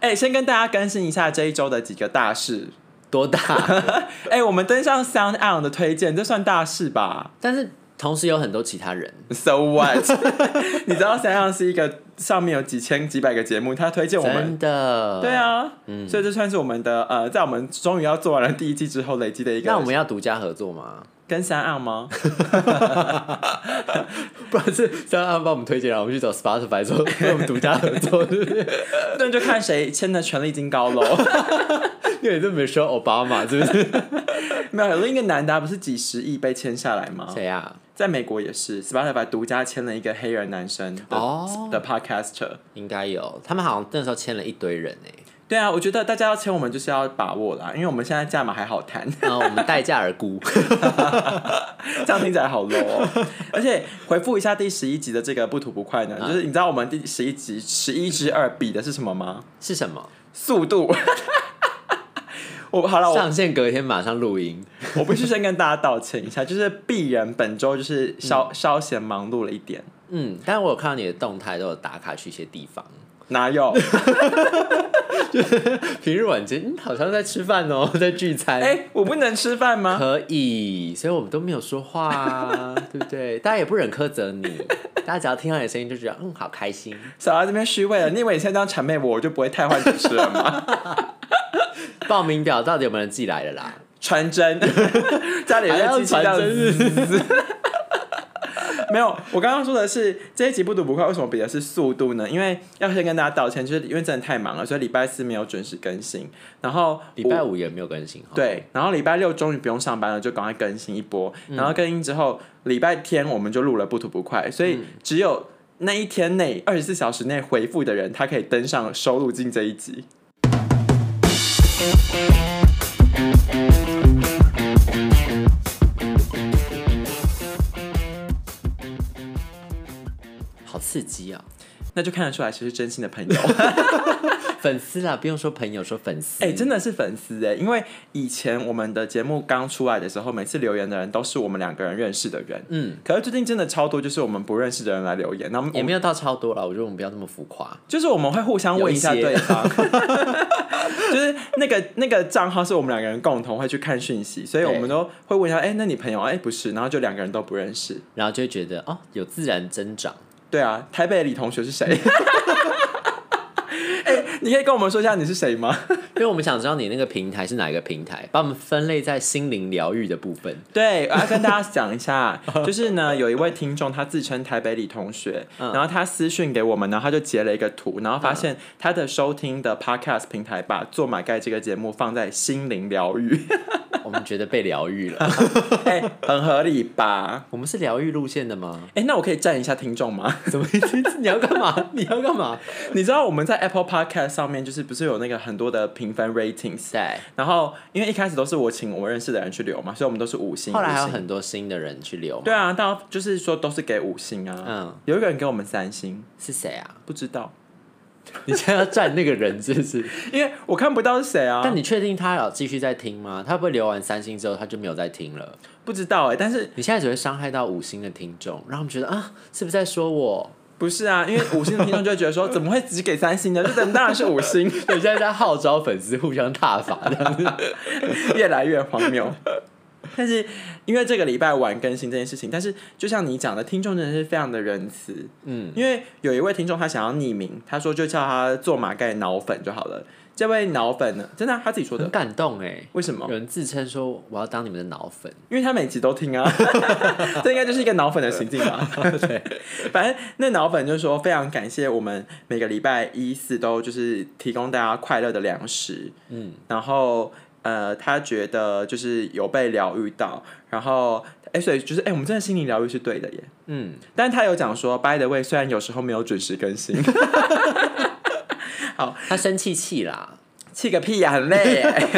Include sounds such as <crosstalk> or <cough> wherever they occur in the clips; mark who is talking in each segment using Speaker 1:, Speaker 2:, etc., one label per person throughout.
Speaker 1: 哎、先跟大家更新一下这一周的几个大事。
Speaker 2: 多大？ <laughs>
Speaker 1: 哎、我们登上 Sound On 的推荐，这算大事吧
Speaker 2: 但是同时有很多其他人，
Speaker 1: ？So what？你 <laughs> 知道 Sound On 是一个上面有几千几百个节目，他推荐我们
Speaker 2: 真的。嗯
Speaker 1: 对。啊，所以这算是我们的呃，在我们终于要做完了第一季之后累积的一个。
Speaker 2: 那我们要独家合作吗？ <laughs>
Speaker 1: 跟三岸吗？
Speaker 2: 不然是三岸帮我们推荐，然后我们去找 Spotify 说跟我们独家合作， <laughs> 是不是？
Speaker 1: 那就看谁签的权力金高
Speaker 2: <laughs>
Speaker 1: 喽。
Speaker 2: 因为你都没说奥巴马，是不是？
Speaker 1: 没有，有另一个男的、啊、不是几十亿被签下来吗？
Speaker 2: 谁啊呀？
Speaker 1: 在美国也是，Spotify 独家签了一个黑人男生的、
Speaker 2: 哦
Speaker 1: 的 podcaster。
Speaker 2: 应该有，他们好像那时候签了一堆人欸诶。
Speaker 1: 对啊，我觉得大家要签我们就是要把握啦，因为我们现在价码还好谈， <laughs>
Speaker 2: 然后我们待价而沽。 <laughs>
Speaker 1: 这样听起来好 low 哦。而且回复一下第十一集的这个不吐不快
Speaker 2: 啊
Speaker 1: 呢，就是你知道我们第十一集十一之二比的是什么吗？
Speaker 2: 是什么？
Speaker 1: 速度。 <laughs> 我好了，我
Speaker 2: 上线隔天马上录音，
Speaker 1: 我必须先跟大家道歉
Speaker 2: <laughs>
Speaker 1: 一下，就是鄙人本周就是稍、稍显忙碌了一点，
Speaker 2: 嗯，但我有看到你的动态都有打卡去一些地方，
Speaker 1: 哪
Speaker 2: <laughs>
Speaker 1: 有？
Speaker 2: 平日晚间、嗯、好像在吃饭哦，在聚餐，
Speaker 1: 哎、我不能吃饭吗？
Speaker 2: 可以，所以我们都没有说话、 <laughs> 啊，对不对？大家也不忍苛责 <laughs> 你，大家只要听到你的声音就觉得嗯，好开心。
Speaker 1: 少来这边虚伪了，你以为你现在这样谄媚我，我就不会太换主持人吗？
Speaker 2: 报名表到底有没有人寄来了啦？
Speaker 1: 传真， <laughs> 家里有个机器这样
Speaker 2: 还要传真
Speaker 1: 子。 <laughs> 没有，我刚刚说的是这一集不读不快，为什么比的是速度呢？因为要先跟大家道歉，就是因为真的太忙了，所以礼拜四没有准时更新。然后
Speaker 2: 礼拜五也没有更新哈。，
Speaker 1: 对，然后礼拜六终于不用上班了，就赶快更新一波。然
Speaker 2: 嗯
Speaker 1: 后更新之后，礼拜天我们就录了不吐不快，所
Speaker 2: 嗯
Speaker 1: 以只有那一天内二十四小时内回复的人，他可以登上收录进这一集。
Speaker 2: 好刺激哦！
Speaker 1: 那就看得出来，谁是真心的朋友。
Speaker 2: 粉丝啦，不用说朋友，说粉丝。
Speaker 1: 哎、真的是粉丝哎、因为以前我们的节目刚出来的时候，每次留言的人都是我们两个人认识的人。
Speaker 2: 嗯，
Speaker 1: 可是最近真的超多，就是我们不认识的人来留言，那我们
Speaker 2: 也没有到超多了，我觉得我们不要那么浮夸。
Speaker 1: 就是我们会互相问一下对方， <laughs> 就是那个那个账号是我们两个人共同会去看讯息，所以我们都会问一下，哎、那你朋友哎、不是，然后就两个人都不认识。
Speaker 2: 然后就会觉得哦，有自然增长。
Speaker 1: 对啊，台北的李同学是谁？
Speaker 2: <laughs>
Speaker 1: 哎、你可以跟我们说一下你是谁吗？
Speaker 2: 因为我们想知道你那个平台是哪一个平台，把我们分类在心灵疗愈的部 <laughs> 分。
Speaker 1: 对，我要跟大家讲一
Speaker 2: <laughs>
Speaker 1: 下，就是呢，有一位听众他自称台北李同学，
Speaker 2: 嗯
Speaker 1: 然后他私讯给我们，然后他就截了一个图，然后发现他的收听的 podcast 平台把《做马盖》这个节目放在心灵疗愈。
Speaker 2: <laughs> 我们觉得被疗愈 <laughs> 了，
Speaker 1: 哎、很合理吧？
Speaker 2: 我们是疗愈路线的吗？
Speaker 1: 哎、那我可以站一下听众
Speaker 2: <laughs>
Speaker 1: 吗？
Speaker 2: 怎么意思？你要干嘛？你要干 <laughs> 嘛？
Speaker 1: 你知道我们在 Apple Podcast 上面就是不是有那个很多的评分 ratings？
Speaker 2: 对，
Speaker 1: 然后因为一开始都是我请我认识的人去留嘛，所以我们都是五星。
Speaker 2: 后来还有
Speaker 1: 五星
Speaker 2: 很多新的人去留嘛。
Speaker 1: 对啊，到就是说都是给五星啊。
Speaker 2: 嗯，
Speaker 1: 有一个人给我们三星，
Speaker 2: 是谁啊？
Speaker 1: 不知道，
Speaker 2: <laughs> 你现在要站那个人，是不 <laughs> 是？
Speaker 1: 因为我看不到是谁啊。
Speaker 2: 但你确定他有继续在听吗？他会不会留完三星之后他就没有在听了？
Speaker 1: 不知道哎、但是
Speaker 2: 你现在只会伤害到五星的听众，让他们觉得啊，是不是在说 <laughs> 我？
Speaker 1: 不是啊？因为五星的听众就会觉得说，怎么会只给三星呢？这当然是五星，
Speaker 2: 你现在在号召粉丝互相挞伐这样子
Speaker 1: 越来越荒谬。但是因为这个礼拜晚更新这件事情，但是就像你讲的，听众真的是非常的仁慈，
Speaker 2: 嗯，
Speaker 1: 因为有一位听众他想要匿名，他说就叫他做马盖脑粉就好了。这位脑粉呢，真的啊、他自己说
Speaker 2: <laughs> 很
Speaker 1: 的，
Speaker 2: 感动哎。
Speaker 1: 为什么
Speaker 2: 有？人自称说我要当你们的脑粉，
Speaker 1: 因为他每集都听 <laughs> 啊，这应该就是一个脑粉的行径 <laughs> 吧。
Speaker 2: 对，
Speaker 1: 反正那脑粉就说非常感谢我们每个礼拜一四都就是提供大家快乐的粮食，
Speaker 2: 嗯，
Speaker 1: 然后呃，他觉得就是有被疗愈到，然后哎、所以就是哎、我们真的心灵疗愈是对的耶。
Speaker 2: 嗯，
Speaker 1: 但他有讲说，by the way，虽然有时候没有准时更新，
Speaker 2: 他生气气啦，
Speaker 1: <laughs> 气个屁呀、啊很累耶。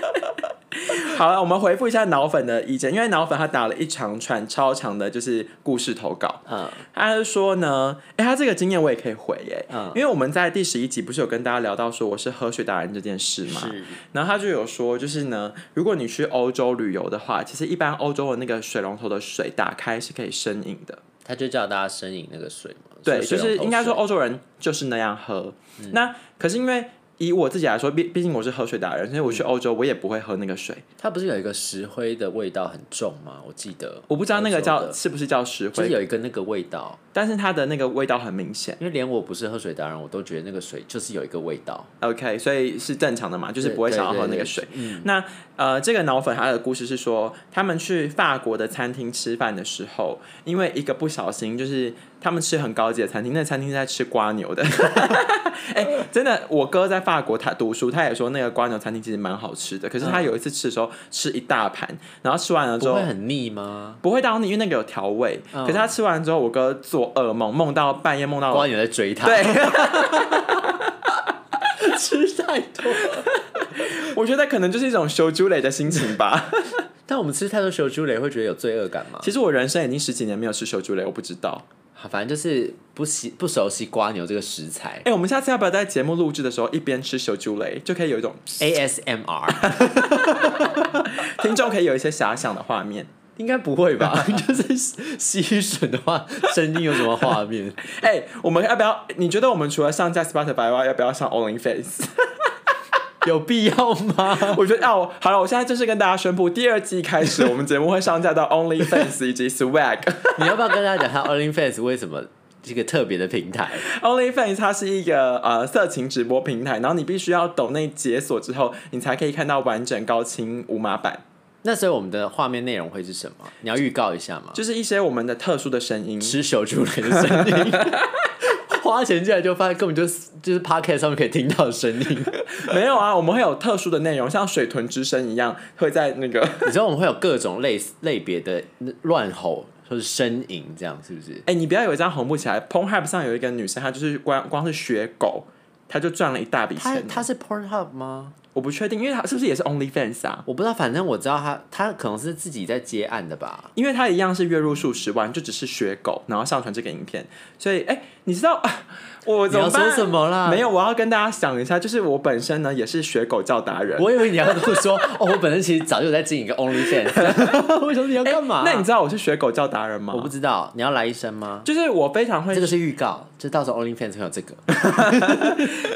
Speaker 1: <laughs> 好了，我们回复一下脑粉的意见，因为脑粉他打了一长串超长的，就是故事投稿。
Speaker 2: 嗯，
Speaker 1: 他就说呢，哎、他这个经验我也可以回耶、
Speaker 2: 嗯
Speaker 1: 因为我们在第十一集不是有跟大家聊到说我是喝水达人这件事嘛，
Speaker 2: 是，
Speaker 1: 然后他就有说，就是呢，如果你去欧洲旅游的话，其实一般欧洲的那个水龙头的水打开是可以生饮的，
Speaker 2: 他就叫大家呻吟那个水嘛，
Speaker 1: 对，就
Speaker 2: 所以水
Speaker 1: 是
Speaker 2: 龙头
Speaker 1: 应该说嗯
Speaker 2: 水
Speaker 1: 欧洲人就是那样喝。那可是因为以我自己来说，毕毕竟我是喝水达人，所以我去欧洲我也不会喝那个水。
Speaker 2: 它不是有一个石灰的味道很重吗？我记得，
Speaker 1: 我不知道那个
Speaker 2: 欧洲
Speaker 1: 叫
Speaker 2: 的
Speaker 1: 是不是叫石
Speaker 2: 就是
Speaker 1: 灰，
Speaker 2: 有一个那个味道，
Speaker 1: 但是它的那个味道很明显。
Speaker 2: 因为连我不是喝水达人，我都觉得那个水就是有一个味道。
Speaker 1: OK，所以是正常的嘛，就是不会想要喝那个水。
Speaker 2: 对。对对嗯，
Speaker 1: 那呃，这个脑粉他的故事是说，他们去法国的餐厅吃饭的时候，因为一个不小心，就是他们吃很高级的餐厅，那餐厅是在吃瓜牛的。 <laughs> 哎、真的，我哥在法国他读书，他也说那个瓜牛餐厅其实蛮好吃的。可是他有一次吃的时候吃一大盘，然后吃完了之
Speaker 2: 嗯不
Speaker 1: 后
Speaker 2: 会很腻吗？
Speaker 1: 不会到腻，因为那个有调味。
Speaker 2: 嗯
Speaker 1: 可是他吃完之后，我哥做噩梦，梦到半夜梦到
Speaker 2: 瓜牛在追他，
Speaker 1: 对，
Speaker 2: 吃太多。
Speaker 1: 我觉得可能就是一种修猪类的心情吧。
Speaker 2: 但我们吃太多熟猪雷会觉得有罪恶感吗？
Speaker 1: 其实我人生已经十几年没有吃修猪类，我不知道。
Speaker 2: 好反正就是不习不熟悉瓜牛这个食材
Speaker 1: 哎、我们下次要不要在节目录制的时候一边吃小猪雷，就可以有一种
Speaker 2: ，ASMR
Speaker 1: 听众可以有一些遐想的画面。
Speaker 2: 应该不会吧？就是吸吮的话，声音有什么画面？
Speaker 1: 哎、我们要不要？你觉得我们除了上架 Spotify 外，要不要上 OnlyFans？
Speaker 2: 有必要吗？
Speaker 1: 我觉得哦，好了，我现在正式跟大家宣布，第二季开始，我们节目会上架到 OnlyFans 以及 Swag。
Speaker 2: 你要不要跟大家讲下 OnlyFans 为什么这个特别的平台？
Speaker 1: OnlyFans 它是一个呃色情直播平台，然后你必须要抖内解锁之后，你才可以看到完整高清无码版，
Speaker 2: 那所以我们的画面内容会是什么？你要预告一下吗？
Speaker 1: 就是一些我们的特殊的声音。
Speaker 2: 吃手竹雷的声音。 <laughs> 花钱进来就发现根本就是就是 podcast 上面可以听到的声音，
Speaker 1: <laughs>
Speaker 2: <laughs>
Speaker 1: 没有啊，我们会有特殊的内容，像水豚之声一样，会在那个。 <laughs>
Speaker 2: 你知道我们会有各种类类别的乱吼或是呻吟，这样是不是？
Speaker 1: 哎、你不要以为这样红不起来。Pornhub 上有一个女生，她就是光光是学狗，她就赚了一大笔
Speaker 2: 他
Speaker 1: 钱。
Speaker 2: 他是 Pornhub 吗？
Speaker 1: 我不确定，因为她是不是也是 OnlyFans 啊？
Speaker 2: 我不知道，反正我知道他他可能是自己在接案的吧。
Speaker 1: 因为她一样是月入数十万，就只是学狗，然后上传这个影片。所以，哎、你知道 <laughs> 啊？我
Speaker 2: 你
Speaker 1: 怎
Speaker 2: 要
Speaker 1: 么办
Speaker 2: 说什么啦？
Speaker 1: 没有，我要跟大家讲一下，就是我本身呢也是学狗教达人。
Speaker 2: 我以为你要跟我
Speaker 1: <laughs>
Speaker 2: 说哦，我本身其实早就有在经营一个 OnlyFans，为什么你要干嘛、
Speaker 1: 哎那你知道我是学狗教达人吗？
Speaker 2: 我不知道，你要来一声吗？
Speaker 1: 就是我非常会
Speaker 2: 这个是预告，就到时候 OnlyFans 会有这个， <laughs>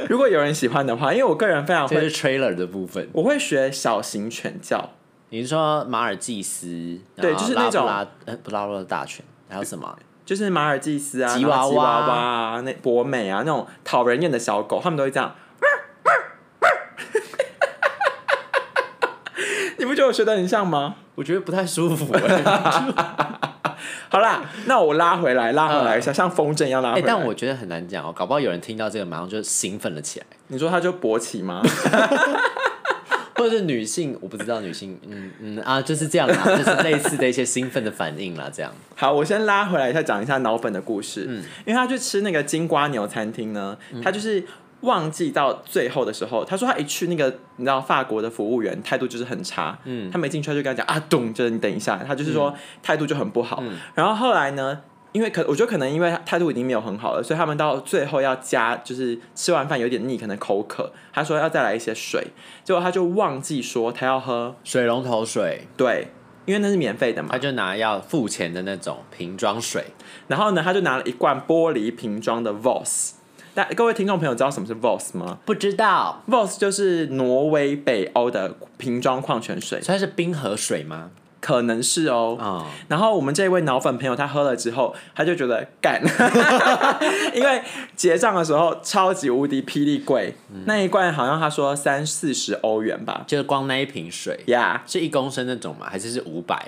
Speaker 1: 如果有人喜欢的话，因为我个人非常
Speaker 2: 这
Speaker 1: 会，
Speaker 2: 是 trailer 的部分。
Speaker 1: 我会学小型犬叫，
Speaker 2: 你是说马尔济斯，
Speaker 1: 对
Speaker 2: 然后
Speaker 1: 就是那种
Speaker 2: 拉布拉呃不拉布拉多大犬，还有什么？
Speaker 1: 就是马尔济斯啊、
Speaker 2: 吉
Speaker 1: 然后
Speaker 2: 娃娃
Speaker 1: 娃娃啊、那博美啊那种讨人厌的小狗，他们都会这样。 <laughs> 你不觉得我学的很像吗？
Speaker 2: <laughs> 我觉得不太舒 <laughs> 服、欸。
Speaker 1: 好啦，那我拉回来，拉回来一下，像风筝一样拉
Speaker 2: 哎、
Speaker 1: 回来。
Speaker 2: 但我觉得很难讲哦，搞不好有人听到这个马上就兴奋了起来，
Speaker 1: 你说它就勃起吗？
Speaker 2: 或者是女性，我不知道女性，嗯嗯啊，就是这样啦，就是类似的一些兴奋的反应啦，这样。
Speaker 1: 好，我先拉回来一下，讲一下脑粉的故事。因为他去吃那个金瓜牛餐厅呢，他就是忘记到最后的时候，他说他一去那个，你知道法国的服务员态度就是很差，嗯，他没进去他就跟他讲啊，懂，就是你等一下，他就是说态度就很不好。然后后来呢？因为可我觉得可能因为态度已经没有很好了，所以他们到最后要加，就是吃完饭有点腻，可能口渴，他说要再来一些水，结果他就忘记说他要喝，
Speaker 2: 水龙头水，
Speaker 1: 对，因为那是免费的嘛
Speaker 2: 他，就拿要付钱的那种瓶装水，
Speaker 1: 然后呢，他就拿了一罐玻璃瓶装的 Voss。但各位听众朋友知道什么是 Voss 吗
Speaker 2: 不知道，
Speaker 1: ？Voss 就是挪威北欧的瓶装矿泉水，
Speaker 2: 所以它是冰河水吗？
Speaker 1: 可能是哦。
Speaker 2: 啊、
Speaker 1: 然后我们这位脑粉朋友，他喝了之后，他就觉得干， <laughs> 因为结账的时候超级无敌霹雳贵，那一罐好像他说三四十欧元吧。
Speaker 2: 就是光那一瓶水。
Speaker 1: 呀、
Speaker 2: 是一公升那种吗？还是是五
Speaker 1: <laughs>
Speaker 2: 百？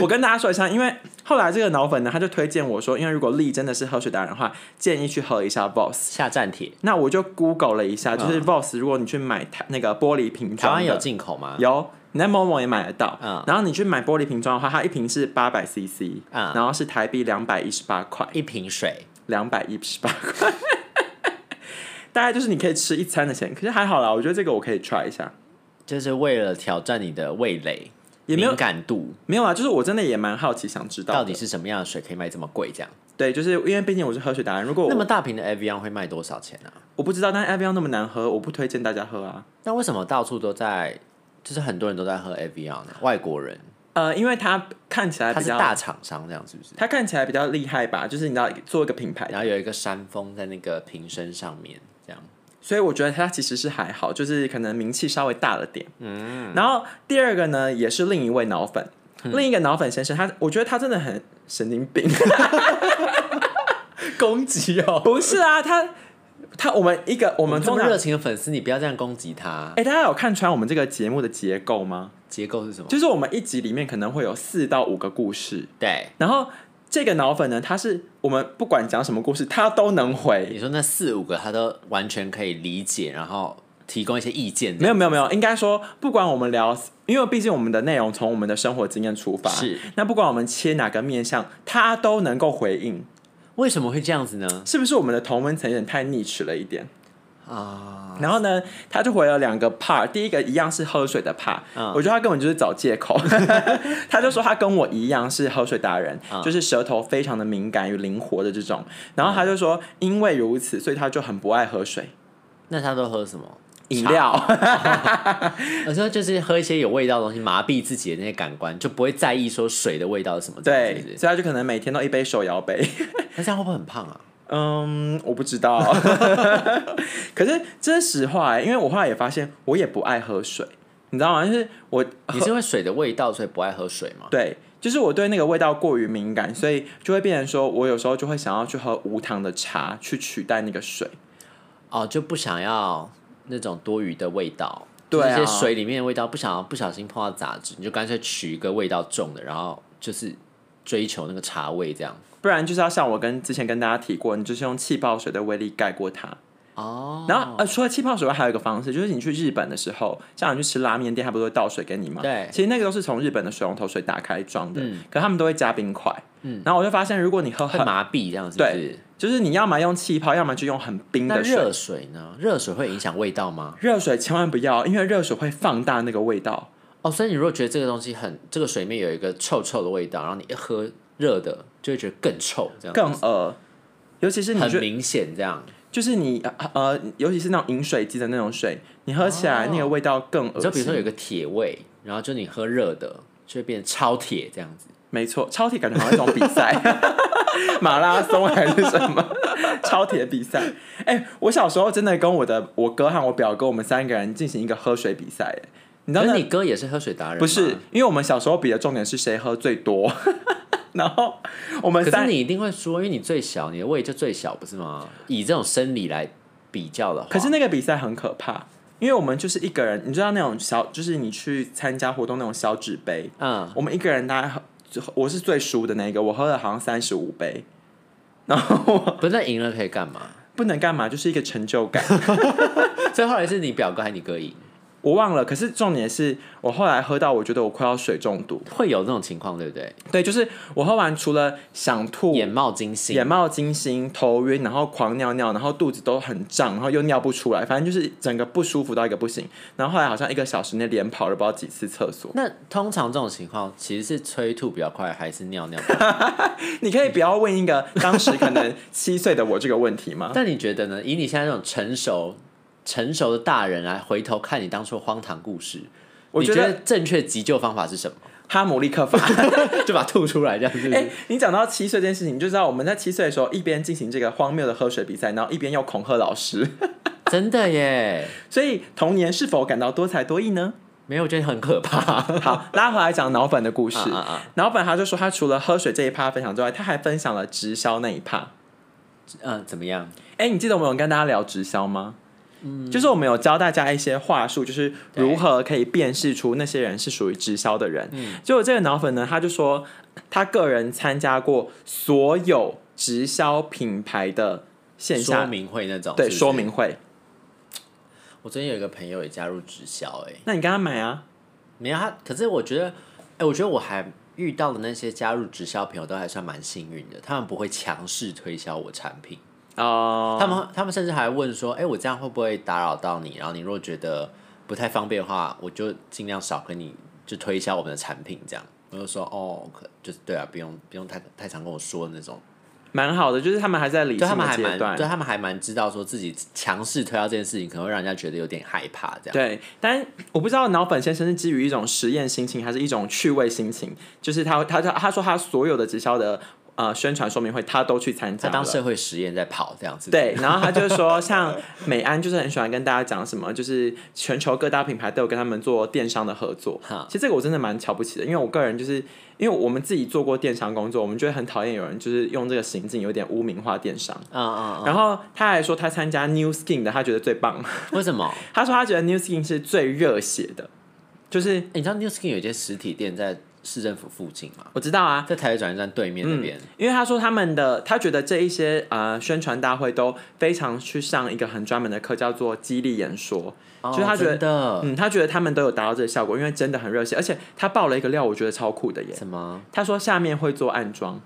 Speaker 1: 我跟大家说一下，因为后来这个脑粉呢，他就推荐我说，因为如果丽真的是喝水达人的话，建议去喝一下 Voss。
Speaker 2: 下站帖，
Speaker 1: 那我就 Google 了一下，就是 Boss，如果你去买台那个玻璃瓶
Speaker 2: 嗯台
Speaker 1: 装
Speaker 2: 湾
Speaker 1: 的，
Speaker 2: 有进口吗？
Speaker 1: 有，你在 Momo 也买得到。
Speaker 2: 嗯
Speaker 1: 然后你去买玻璃瓶装的话，它一瓶是八百 CC，、
Speaker 2: 嗯
Speaker 1: 然后是台币两百一十八块，
Speaker 2: 一瓶水，
Speaker 1: 两百一十八块，大概就是你可以吃一餐的钱。可是还好啦，我觉得这个我可以 try 一下。
Speaker 2: 就是为了挑战你的味蕾、
Speaker 1: 也没有
Speaker 2: 敏感度，
Speaker 1: 没有啊，就是我真的也蛮好奇，想知道
Speaker 2: 到
Speaker 1: 的
Speaker 2: 底是什么样的水可以卖这么贵？这样，
Speaker 1: 对，就是因为毕竟我是喝水达人，如果
Speaker 2: 那么
Speaker 1: 我
Speaker 2: 大瓶的 Avion 会卖多少钱啊？
Speaker 1: 我不知道，但是 Avion 那么难喝，我不推荐大家喝啊。
Speaker 2: 那为什么到处都在，就是很多人都在喝 Avion 呢？外国人，
Speaker 1: 呃，因为它看起来
Speaker 2: 他
Speaker 1: 比
Speaker 2: 是
Speaker 1: 较，
Speaker 2: 大厂商这样是不是？
Speaker 1: 它看起来比较厉害吧，就是你知道做一个品牌。 <laughs>
Speaker 2: 然后有一个山峰在那个瓶身上面，这样
Speaker 1: 所以我觉得他其实是还好，就是可能名气稍微大了点。嗯，然后第二个呢，也是另一位脑粉，另一个脑粉先生，他我觉得他真的很神经病， <laughs>
Speaker 2: 攻击哦。
Speaker 1: 不是啊，他他我们一个我
Speaker 2: 我
Speaker 1: 们
Speaker 2: 这
Speaker 1: 通
Speaker 2: 么
Speaker 1: 常
Speaker 2: 热情的粉丝，你不要这样攻击他。
Speaker 1: 哎、大家有看穿我们这个节目的结构吗？
Speaker 2: 结构是什么？
Speaker 1: 就是我们一集里面可能会有四到五个故事，
Speaker 2: 对，
Speaker 1: 然后这个脑粉呢，他是我们不管讲什么故事，他都能回。
Speaker 2: 你说那四五个他都完全可以理解，然后提供一些意见。
Speaker 1: 没有没有没有，应该说不管我们聊，因为毕竟我们的内容从我们的生活经验出发，
Speaker 2: 是
Speaker 1: 那不管我们切哪个面向，他都能够回应，
Speaker 2: 为什么会这样子呢？
Speaker 1: 是不是我们的同温层有点太 niche 了一点？
Speaker 2: 啊，
Speaker 1: 然后呢，他就回了两个 part，第一个一样是喝水的 part，、
Speaker 2: 嗯
Speaker 1: 我觉得他根本就是找借
Speaker 2: <laughs>
Speaker 1: 口。他就说他跟我一样是喝水达人，
Speaker 2: 嗯
Speaker 1: 就是舌头非常的敏感与灵活的这种。然后他就说，因为如此，所以他就很不爱喝水、
Speaker 2: 那他都喝什么？
Speaker 1: 饮料。 <laughs>
Speaker 2: 有时候就是喝一些有味道的东西，麻痹自己的那些感官，就不会在意说水的味道是什么。
Speaker 1: 对
Speaker 2: 是不，是
Speaker 1: 所以他就可能每天都一杯手摇杯。
Speaker 2: 那这样会不会
Speaker 1: <laughs>
Speaker 2: 很胖啊？
Speaker 1: 嗯，我不知道。 <laughs> 可是这是实话、欸，因为我后来也发现，我也不爱喝水，你知道吗？就是我
Speaker 2: 你是因为水的味道所以不爱喝水吗？
Speaker 1: 对，就是我对那个味道过于敏感，所以就会变成说，我有时候就会想要去喝无糖的茶去取代那个水。
Speaker 2: 哦，就不想要那种多余的味道，
Speaker 1: 对啊
Speaker 2: 就是一些水里面的味道，不想要不小心碰到杂质，你就干脆取一个味道重的，然后就是追求那个茶味这样。
Speaker 1: 不然就是要像我跟之前跟大家提过，你就是用气泡水的威力盖过它。
Speaker 2: 哦，
Speaker 1: 然后呃，除了气泡水外，还有一个方式，就是你去日本的时候，像你去吃拉面店，它不是会倒水给你吗？
Speaker 2: 对
Speaker 1: 其实那个都是从日本的水龙头水打开装的，
Speaker 2: 嗯
Speaker 1: 可他们都会加冰块。嗯，然后我就发现，如果你喝
Speaker 2: 会
Speaker 1: 很，
Speaker 2: 麻痹这样是不是？
Speaker 1: 就是你要么用气泡，要么就用很冰
Speaker 2: 那
Speaker 1: 的水
Speaker 2: 热。水呢？热水会影响味道吗？
Speaker 1: 热水千万不要，因为热水会放大那个味道。
Speaker 2: 哦，所以你如果觉得这个东西很，这个水里面有一个臭臭的味道，然后你一喝热的，就会觉得更臭，这样
Speaker 1: 更恶，尤其是你觉
Speaker 2: 嗯很
Speaker 1: 得，
Speaker 2: 明显这样。
Speaker 1: 就是你呃呃，尤其是那种饮水机的那种水，你喝起来
Speaker 2: 哦
Speaker 1: 那个味道更恶
Speaker 2: 你
Speaker 1: 心。
Speaker 2: 就比如说有一个铁味，然后就你喝热的，就会变得超铁这样子。
Speaker 1: 没错，超铁感觉好像一种比赛， <laughs> 马拉松还是什么 <laughs> 超铁比赛。哎、我小时候真的跟我的我哥和我表哥，我们三个人进行一个喝水比赛。哎，你知道
Speaker 2: 可
Speaker 1: 那
Speaker 2: 是你哥也是喝水达人，
Speaker 1: 不是？因为我们小时候比的重点是谁喝最多， <laughs> 然后我们
Speaker 2: 可是
Speaker 1: 三。
Speaker 2: 你一定会说，因为你最小，你的胃就最小，不是吗？以这种生理来比较的话，
Speaker 1: 可是那个比赛很可怕，因为我们就是一个人，你知道那种小，就是你去参加活动那种小纸杯，
Speaker 2: 嗯，
Speaker 1: 我们一个人大概喝，我是最输的那一个，我喝了好像三十五杯，然后
Speaker 2: 不是那赢了可以干嘛？ <laughs>
Speaker 1: 不能干嘛，就是一个成就感。
Speaker 2: 所以后来是你表哥还是你哥赢？
Speaker 1: 我忘了，可是重点是我后来喝到，我觉得我快要水中毒。
Speaker 2: 会有这种情况，对不对？
Speaker 1: 对，就是我喝完除了想吐、
Speaker 2: 眼冒金星，
Speaker 1: 眼冒金星、头晕，然后狂尿尿，然后肚子都很胀，然后又尿不出来，反正就是整个不舒服到一个不行。然后后来好像一个小时内连跑了不知道几次厕所。
Speaker 2: 那通常这种情况其实是催吐比较快，还是尿尿比较
Speaker 1: <laughs>
Speaker 2: 快？
Speaker 1: 你可以不要问一个当时可能七岁的我这个问题
Speaker 2: <laughs>
Speaker 1: 吗？
Speaker 2: 但你觉得呢？以你现在这种成熟、成熟的大人来回头看你当初的荒唐故事，
Speaker 1: 我
Speaker 2: 你
Speaker 1: 觉
Speaker 2: 觉
Speaker 1: 得
Speaker 2: 得正确的急救方法是什么？ <laughs>
Speaker 1: 哈姆立克法。
Speaker 2: 就把它吐出来这样子。
Speaker 1: <laughs> 哎、你讲到七岁这件事情，你就知道我们在七岁的时候一边进行这个荒谬的喝水比赛，然后一边又恐吓老师，
Speaker 2: 真的耶，
Speaker 1: 所以童年是否感到多才多艺呢？
Speaker 2: 没有，我觉得很可怕。
Speaker 1: 好，拉回来讲脑粉的故事。
Speaker 2: 啊啊啊
Speaker 1: 脑粉他就说，他除了喝水这一趴分享之外，他还分享了直销那一趴。
Speaker 2: 嗯，怎么样？
Speaker 1: 哎、你记得我们有跟大家聊直销吗？嗯，就是我们有教大家一些话术，就是如何可以辨识出那些人是属于直销的人。嗯，结果这个脑粉呢，他就说他个人参加过所有直销品牌的线
Speaker 2: 说
Speaker 1: 下
Speaker 2: 明会那种，
Speaker 1: 对
Speaker 2: 是不是
Speaker 1: 说明。会。
Speaker 2: 我最近有一个朋友也加入直销，哎，
Speaker 1: 那你跟他买啊？
Speaker 2: 没有他，可是我觉得，哎，我觉得我还遇到的那些加入直销朋友都还算蛮幸运的，他们不会强势推销我产品，
Speaker 1: 哦、
Speaker 2: 他们他们甚至还问说，哎，我这样会不会打扰到你？然后你如果觉得不太方便的话，我就尽量少跟你就推销我们的产品这样。我就说哦，可就是对啊，不用不用太太常跟我说那种。
Speaker 1: 蛮好的，就是他们还在理
Speaker 2: 对他
Speaker 1: 性
Speaker 2: 们
Speaker 1: 的
Speaker 2: 还
Speaker 1: 阶
Speaker 2: 蛮，
Speaker 1: 段
Speaker 2: 对。他们还蛮知道说自己强势推销这件事情，可能会让人家觉得有点害怕这样。
Speaker 1: 对，但我不知道脑粉先生是基于一种实验心情，还是一种趣味心情。就是他，他他他说他所有的直销的呃宣传说明会，他都去参加
Speaker 2: 他
Speaker 1: 了。
Speaker 2: 当社会实验在跑这样子。
Speaker 1: 对，然后他就说，像美安就是很喜欢跟大家讲什么，就是全球各大品牌都有跟他们做电商的合作
Speaker 2: 哈。
Speaker 1: 其实这个我真的蛮瞧不起的，因为我个人就是因为我们自己做过电商工作，我们就会很讨厌有人就是用这个行径有点污名化电商。
Speaker 2: 嗯，嗯
Speaker 1: 然后他还说他参加 New Skin 的，他觉得最棒。
Speaker 2: 嗯，为什么？
Speaker 1: 他说他觉得 New Skin 是最热血的，就是
Speaker 2: 欸你知道 New Skin 有一间实体店在市政府附近吗？
Speaker 1: 我知道啊，
Speaker 2: 在台北转运站对面那边。
Speaker 1: 因为他说他们的，他觉得这一些呃宣传大会都非常去上一个很专门的课，叫做激励演说，
Speaker 2: 哦
Speaker 1: 就是他觉
Speaker 2: 真的
Speaker 1: 得，嗯，他觉得他们都有达到这个效果，因为真的很热血，而且他爆了一个料，我觉得超酷的耶。
Speaker 2: 什么？
Speaker 1: 他说下面会做暗装，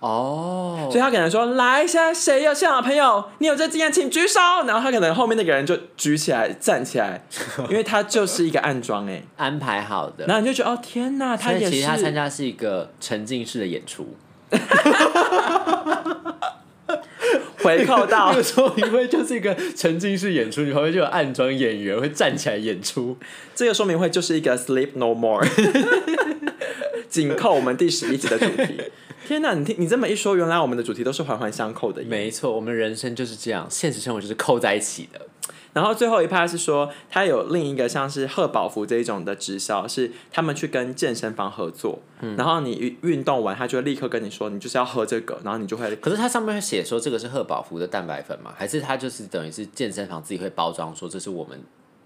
Speaker 2: 哦，
Speaker 1: 所以他可能说来，现在谁有现场的朋友，你有这经验请举手，然后他可能后面那个人就举起来站起来，因为他就是一个暗装
Speaker 2: <laughs>
Speaker 1: 哎，
Speaker 2: 安排好的。
Speaker 1: 然后你就觉得哦天哪，他
Speaker 2: 所以
Speaker 1: 也
Speaker 2: 其实他参
Speaker 1: 是。
Speaker 2: 加是一个沉浸式的演出。
Speaker 1: 回扣
Speaker 2: <laughs>
Speaker 1: 到
Speaker 2: 那个时候，因为就是一个沉浸式演出，你旁边就有暗装演员会站起来演出。
Speaker 1: 这个说明会就是一个 Sleep No More，紧扣我们第十一集的主题。天哪，你听你这么一说，原来我们的主题都是环环相扣的耶。
Speaker 2: 没错，我们人生就是这样，现实生活就是扣在一起的。
Speaker 1: 然后最后一趴是说，它有另一个像是贺宝福这一种的直销，是他们去跟健身房合作，然后你运运动完，他就会立刻跟你说，你就是要喝这个，然后你就会。
Speaker 2: 可是它上面会写说这个是贺宝福的蛋白粉吗？还是它就是等于是健身房自己会包装说这是我们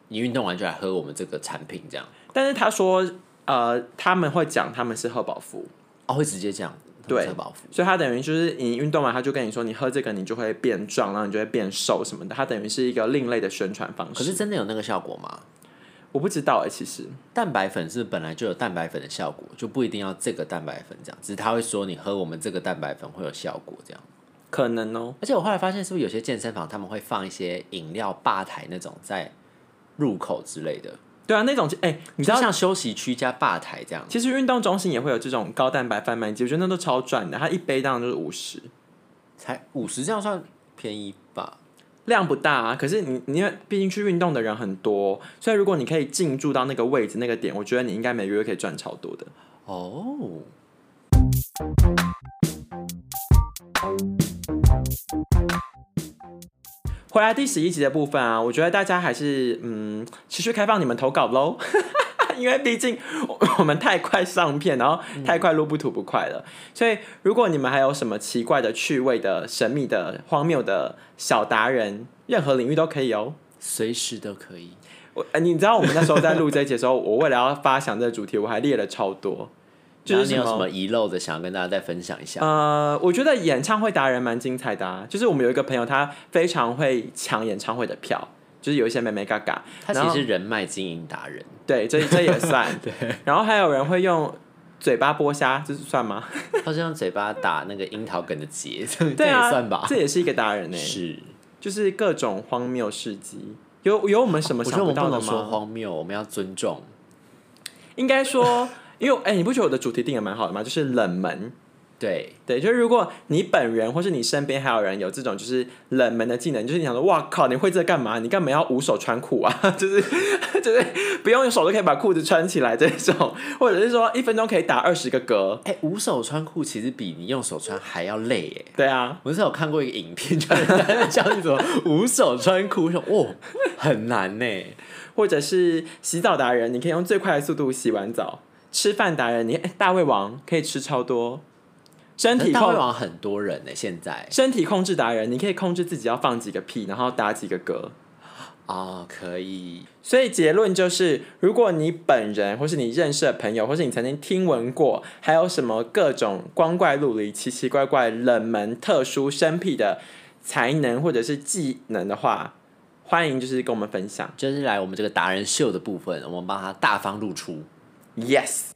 Speaker 2: 你运动完就来喝我们这个产品这样？
Speaker 1: 但是他说，呃，他们会讲他们是贺宝福，
Speaker 2: 哦，会直接这样
Speaker 1: 对
Speaker 2: 贺宝福。
Speaker 1: 所以他等于就是你运动完，他就跟你说，你喝这个你就会变壮，然后你就会变瘦什么的。他等于是一个另类的宣传方式。
Speaker 2: 可是真的有那个效果吗？
Speaker 1: 我不知道哎、其实
Speaker 2: 蛋白粉是本来就有蛋白粉的效果，就不一定要这个蛋白粉这样，只是他会说你喝我们这个蛋白粉会有效果这样。
Speaker 1: 可能哦、
Speaker 2: 而且我后来发现，是不是有些健身房他们会放一些饮料吧台那种在入口之类的，
Speaker 1: 对啊，那种哎、你
Speaker 2: 你
Speaker 1: 知
Speaker 2: 知道
Speaker 1: 道，
Speaker 2: 像休息区加吧台这样。
Speaker 1: 其实运动中心也会有这种高蛋白贩卖机，我觉得那都超赚的。它一杯当然就是五十，
Speaker 2: 才五十，这样算便宜吧？
Speaker 1: 量不大啊。可是你你因为毕竟去运动的人很多，所以如果你可以进驻到那个位置那个点，我觉得你应该每个月可以赚超多的。
Speaker 2: 哦，
Speaker 1: 回来第十一集的部分啊，我觉得大家还是嗯持续开放你们投稿喽。 <laughs> 因为毕竟我我们太快上片，然后太快录不吐不快了，所以如果你们还有什么奇怪的、趣味的、神秘的、荒谬的小达人，任何领域都可以哦。
Speaker 2: 随时都可以。
Speaker 1: 我呃你知道我们那时候在录这一集的时候， <laughs> 我为了要发想这个主题，我还列了超多，就
Speaker 2: 然后
Speaker 1: 是
Speaker 2: 你有什么遗漏的，想要跟大家再分享一下？
Speaker 1: 呃，我觉得演唱会达人蛮精彩的、啊，就是我们有一个朋友，他非常会抢演唱会的票，就是有一些妹妹嘎嘎，
Speaker 2: 他
Speaker 1: 然
Speaker 2: 其
Speaker 1: 后
Speaker 2: 实是人脉经营达人，
Speaker 1: 对，这这也
Speaker 2: <laughs>
Speaker 1: 算。对。然后还有人会用嘴巴剥虾，这算
Speaker 2: <laughs>
Speaker 1: 吗？
Speaker 2: 他是用嘴巴打那个樱桃梗的结，这
Speaker 1: 对
Speaker 2: 也
Speaker 1: 啊，
Speaker 2: 算吧？
Speaker 1: 这也是一个达人呢、欸
Speaker 2: 是，
Speaker 1: 就是各种荒谬事迹。有有我们什么
Speaker 2: 我觉
Speaker 1: 想
Speaker 2: 得我们
Speaker 1: 到
Speaker 2: 不
Speaker 1: 的
Speaker 2: 能说
Speaker 1: 吗？
Speaker 2: 荒谬，我们要尊重。
Speaker 1: 应该说， <laughs> 因为哎、你不觉得我的主题定的蛮好的吗？就是冷门。
Speaker 2: 对，
Speaker 1: 对，就是如果你本人或是你身边还有人有这种就是冷门的技能，就是你想说，哇靠，你会这干嘛？你干嘛要无手穿裤啊？ <laughs> 就是就是不用手就可以把裤子穿起来这种，或者是说一分钟可以打二十个嗝。
Speaker 2: 哎、无手穿裤其实比你用手穿还要累耶。
Speaker 1: 对啊，
Speaker 2: 我是有看过一个影片， <laughs> 就是他在教你怎么无手穿裤，我说哦，很难呢。
Speaker 1: 或者是洗澡达人，你可以用最快的速度洗完澡；吃饭达人，你哎大胃王可以吃超多；身
Speaker 2: 可是
Speaker 1: 体
Speaker 2: 大胃
Speaker 1: 控
Speaker 2: 王很多人呢，现在
Speaker 1: 身体控制达人，你可以控制自己要放几个屁，然后打几个嗝。
Speaker 2: 哦，可以。
Speaker 1: 所以结论就是，如果你本人或是你认识的朋友，或是你曾经听闻过，还有什么各种光怪陆离、奇奇怪怪、冷门、特殊、生僻的才能或者是技能的话，欢迎就是跟我们分享。
Speaker 2: 就是来我们这个达人秀的部分，我们帮他大方露出。
Speaker 1: Yes。